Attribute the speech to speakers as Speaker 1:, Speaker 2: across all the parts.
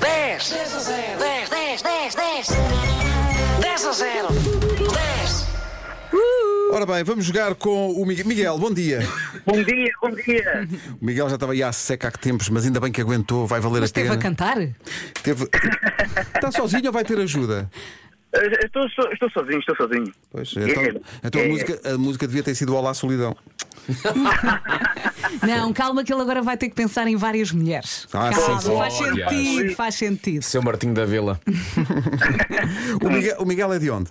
Speaker 1: 10. 10 a 0. 10, 10, 10, 10. 10 a 0. 10.
Speaker 2: Ora bem, vamos jogar com o Miguel. Miguel, bom dia.
Speaker 3: Bom dia, bom dia.
Speaker 2: O Miguel já estava aí à seca há que tempos, mas ainda bem que aguentou, vai valer
Speaker 4: Mas
Speaker 2: a
Speaker 4: esteve
Speaker 2: pena.
Speaker 4: a cantar?
Speaker 2: Teve- Está sozinho ou vai ter ajuda?
Speaker 3: Eh, Estou, so- estou sozinho, estou sozinho.
Speaker 2: Pois, então, então a,
Speaker 3: É.
Speaker 2: música, a música devia ter sido Olá Solidão.
Speaker 4: Não, calma que ele agora vai ter que pensar em várias mulheres.
Speaker 2: Ah, sim,
Speaker 4: calma,
Speaker 2: sim.
Speaker 4: faz
Speaker 5: Oh, aliás.
Speaker 4: sentido, faz sentido.
Speaker 5: Seu Martinho da Vila.
Speaker 2: O Miguel, o Miguel é de onde?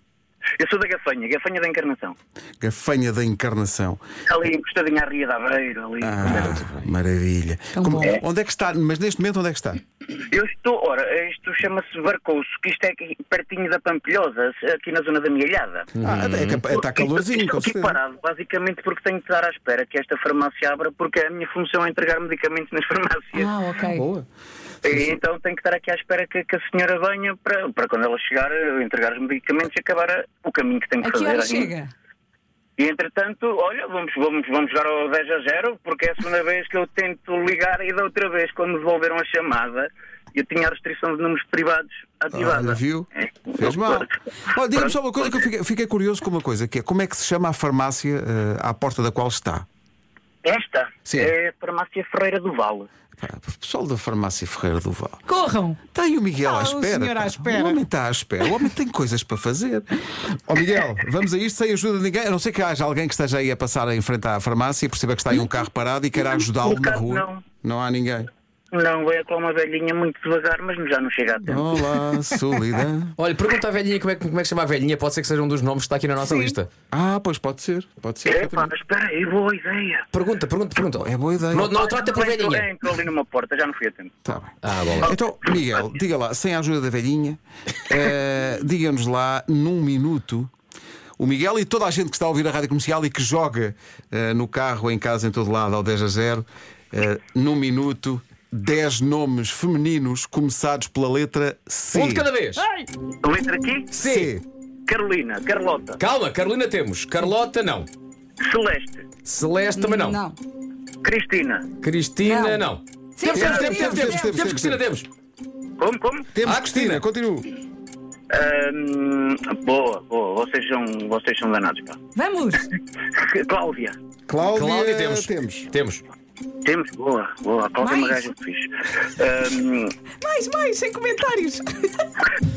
Speaker 3: Eu sou da Gafanha, Gafanha da Encarnação.
Speaker 2: Gafanha da Encarnação.
Speaker 3: Ali encostadinha à Ria da Aveiro, ali.
Speaker 2: Ah. Maravilha.
Speaker 4: Tão bom.
Speaker 2: onde é que está? Mas neste momento onde é que está?
Speaker 3: Eu estou, ora, isto chama-se Barcoço, que isto é aqui pertinho da Pampilhosa, aqui na zona da Mialhada.
Speaker 2: Ah, é que- é- está calorzinho,
Speaker 3: Uhum. Estou
Speaker 2: com
Speaker 3: aqui
Speaker 2: certeza.
Speaker 3: parado, basicamente porque tenho de estar à espera que esta farmácia abra, porque a minha função é entregar medicamentos nas farmácias.
Speaker 4: Ah, ok.
Speaker 2: Boa.
Speaker 3: E então tenho que estar aqui à espera que, que a senhora venha para, para quando ela chegar, eu entregar os medicamentos e acabar a- o caminho que tenho que
Speaker 4: A que
Speaker 3: fazer.
Speaker 4: hora
Speaker 3: E-
Speaker 4: chega?
Speaker 3: E entretanto, olha, vamos, vamos, vamos jogar ao 10 a 0, porque é a segunda vez que eu tento ligar e da outra vez, quando me devolveram a chamada, eu tinha a restrição de números privados ativada.
Speaker 2: Olha, viu?
Speaker 3: É.
Speaker 2: Fez mal. Olha, diga-me só uma coisa
Speaker 3: Pronto.
Speaker 2: que eu fiquei, fiquei curioso com uma coisa, que é como é que se chama a farmácia eh, à porta da qual está?
Speaker 3: Esta
Speaker 2: Sim.
Speaker 3: é a farmácia Ferreira do Vale.
Speaker 2: Pá, Pessoal da farmácia Ferreira do Val.
Speaker 4: Corram!
Speaker 2: Está aí o Miguel
Speaker 4: Ah,
Speaker 2: à
Speaker 4: o
Speaker 2: espera.
Speaker 4: senhor
Speaker 2: pá.
Speaker 4: à espera.
Speaker 2: O homem está à espera. O homem tem coisas para fazer. Ó Miguel, vamos a isto sem ajuda de ninguém. A não ser que haja alguém que esteja aí a passar em frente à farmácia e perceba que está aí um carro parado e queira ajudá-lo na
Speaker 3: Um carro
Speaker 2: rua.
Speaker 3: não.
Speaker 2: há ninguém.
Speaker 3: Não, veio com uma velhinha muito devagar, mas já não chega a tempo.
Speaker 2: Olá, solidão.
Speaker 5: Olha, pergunta à velhinha como é, que- como é que chama a velhinha. Pode ser que seja um dos nomes que está aqui na nossa lista.
Speaker 2: Ah, pois pode ser. Pode ser.
Speaker 3: Epá, mas espera aí, boa ideia.
Speaker 5: Pergunta, pergunta, pergunta.
Speaker 2: É boa ideia.
Speaker 5: Não, não a trata por
Speaker 3: Bem, bem,
Speaker 5: velhinha.
Speaker 3: Entrou ali numa porta, já não fui a tempo.
Speaker 2: Tá bem.
Speaker 5: Ah, bom.
Speaker 2: Então, Miguel, diga lá, sem a ajuda da velhinha, eh, diga-nos lá, num minuto, o Miguel e toda a gente que está a ouvir a rádio comercial e que joga eh, no carro, em casa, em todo lado, ao 10 a 0, eh, num minuto, 10 nomes femininos começados pela letra C.
Speaker 5: Um de cada vez.
Speaker 3: Letra aqui,
Speaker 2: C.
Speaker 3: Carolina, Carlota,
Speaker 5: Calma, Carolina temos. Carlota, não.
Speaker 3: Celeste,
Speaker 5: Celeste, também não.
Speaker 4: Não.
Speaker 3: Cristina.
Speaker 5: Cristina, não.
Speaker 4: Sim,
Speaker 5: Temos,
Speaker 4: sim, sim,
Speaker 5: temos, temos, temos, temos, temos, Cristina, temos.
Speaker 3: Como, como?
Speaker 2: Temos
Speaker 5: Ah,
Speaker 2: Cristina, continua.
Speaker 3: Ahm, boa, boa, vocês são, vocês são danados, pá.
Speaker 4: Vamos!
Speaker 3: Cláudia,
Speaker 2: Cláudia,
Speaker 5: Cláudia, temos.
Speaker 2: temos.
Speaker 5: Temos.
Speaker 3: temos, boa, boa, Cláudia é uma
Speaker 4: Mais?
Speaker 3: gaja fixe. Ahm,
Speaker 4: Mais, mais, sem comentários!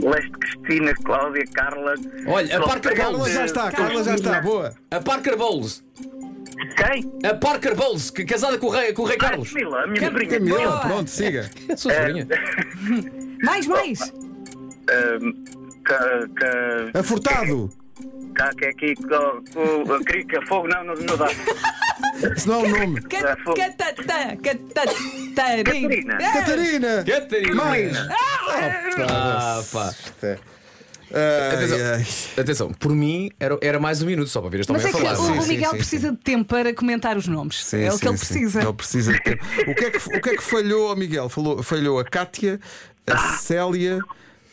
Speaker 3: Leste, Cristina, Cláudia, Carla. um
Speaker 5: Olha, a
Speaker 3: Cláudia,
Speaker 5: Parker
Speaker 2: Carla já está,
Speaker 4: Carla.
Speaker 2: Carla já está, boa.
Speaker 5: A Parker Bowles.
Speaker 3: Quem?
Speaker 5: A Parker Bowles, que, casada com o rei, com o rei Carlos.
Speaker 3: Camila, a minha sobrinha.
Speaker 2: Camila, É
Speaker 4: Boa.
Speaker 2: pronto, siga.
Speaker 5: A sua
Speaker 4: É.
Speaker 5: sobrinha.
Speaker 4: Mais, mais!
Speaker 3: Ahm, ca- ca-
Speaker 2: Afurtado,
Speaker 3: ca- que é aqui, co- co- a crica, fogo, não, não, não dá.
Speaker 2: se não é o nome.
Speaker 4: Ca- catata- Catarina!
Speaker 3: Catarina.
Speaker 4: Ah,
Speaker 2: Catarina.
Speaker 5: Catarina.
Speaker 2: Mais.
Speaker 5: Ah, pá.
Speaker 2: é- Ai,
Speaker 5: Atenção.
Speaker 2: ai.
Speaker 5: Atenção, por mim era, era mais um minuto só para ouvir esta
Speaker 4: Mas
Speaker 5: mulher
Speaker 4: é que
Speaker 5: falar.
Speaker 4: o,
Speaker 2: Sim,
Speaker 4: o
Speaker 2: sim,
Speaker 4: Miguel
Speaker 2: sim,
Speaker 4: precisa de tempo para comentar os nomes.
Speaker 2: Sim,
Speaker 4: é o
Speaker 2: sim,
Speaker 4: que ele
Speaker 2: sim.
Speaker 4: precisa.
Speaker 2: Ele precisa de tempo. O que é que, o que, é que falhou ao Miguel? Falou, falhou a Cátia, a Célia,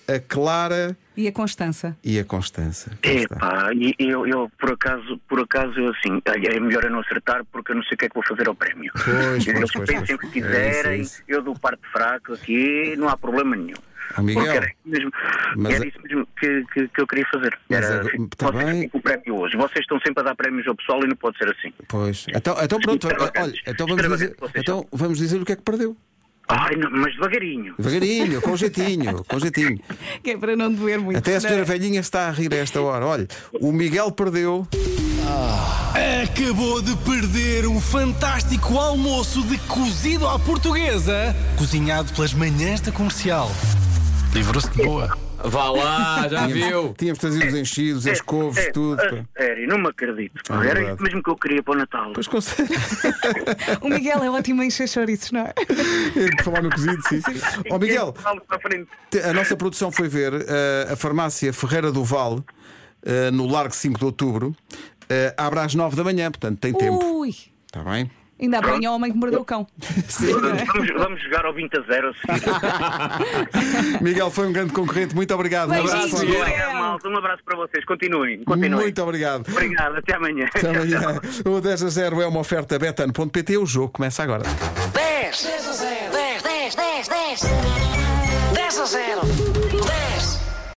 Speaker 2: a Clara
Speaker 4: E a Constança?
Speaker 2: e a Constança. Cá está.
Speaker 3: Epá, e eu, eu por acaso, por acaso, eu assim, olha, é melhor eu não acertar porque eu não sei o que é que vou fazer ao prémio.
Speaker 2: Pois, pois,
Speaker 3: Eles
Speaker 2: pois,
Speaker 3: pensem o
Speaker 2: pois.
Speaker 3: que
Speaker 2: É
Speaker 3: quiserem,
Speaker 2: isso, é isso.
Speaker 3: eu dou parte fraco aqui, não há problema nenhum.
Speaker 2: Ah, Miguel.
Speaker 3: Porque era, isso mesmo,
Speaker 2: Mas
Speaker 3: era
Speaker 2: a-
Speaker 3: isso mesmo que, que, que eu queria fazer.
Speaker 2: Mas
Speaker 3: Era,
Speaker 2: agora-
Speaker 3: vocês
Speaker 2: tá bem.
Speaker 3: têm o prémio hoje. Vocês estão sempre a dar prémios ao pessoal e não pode ser assim.
Speaker 2: Pois. Então, então pronto,
Speaker 3: Extravagantes.
Speaker 2: olha, então vamos,
Speaker 3: Extravagantes
Speaker 2: dizer,
Speaker 3: vocês são.
Speaker 2: então vamos dizer o que é que perdeu.
Speaker 3: Ai, não, mas devagarinho.
Speaker 2: Devagarinho, com jeitinho, com jeitinho.
Speaker 4: Que é para não doer muito.
Speaker 2: Até a
Speaker 4: não é?
Speaker 2: senhora velhinha está a rir a esta hora. Olha, o Miguel perdeu.
Speaker 6: Acabou de perder um fantástico almoço de cozido à portuguesa, cozinhado pelas manhãs da comercial. Livrou-se de boa.
Speaker 5: Vá lá, já viu.
Speaker 2: Tínhamos trazido os enchidos, as couves,
Speaker 3: É,
Speaker 2: tudo.
Speaker 3: é,
Speaker 2: pá.
Speaker 3: sério, não me acredito.
Speaker 2: Ah,
Speaker 3: era
Speaker 2: verdade.
Speaker 3: isso mesmo que eu queria para o Natal.
Speaker 2: Pois consegue.
Speaker 4: O Miguel é ótimo em encher chouriços, não é?
Speaker 2: Falar no cozido, sim. Ó Miguel,
Speaker 3: Falo para a frente.
Speaker 2: Te- A nossa produção foi ver eh, a farmácia Ferreira do Val, eh, no Largo 5 de Outubro, eh, abre às 9 da manhã, portanto tem tempo.
Speaker 4: Ui!
Speaker 2: Está bem?
Speaker 4: Ainda apanha o homem que mordeu o cão.
Speaker 3: Vamos, vamos jogar ao 20 a assim. 0 a seguir.
Speaker 2: Miguel foi um grande concorrente, muito obrigado. Um
Speaker 4: Beijinhos,
Speaker 2: abraço.
Speaker 4: Miguel.
Speaker 3: Obrigado, malta. Um abraço para vocês. Continuem. Continuem.
Speaker 2: Muito obrigado.
Speaker 3: Obrigado. Até amanhã.
Speaker 2: Até amanhã. O 10 a 0 é uma oferta betano.pt. O jogo começa agora.
Speaker 1: 10. 10 a 0. 10, 10, 10, 10.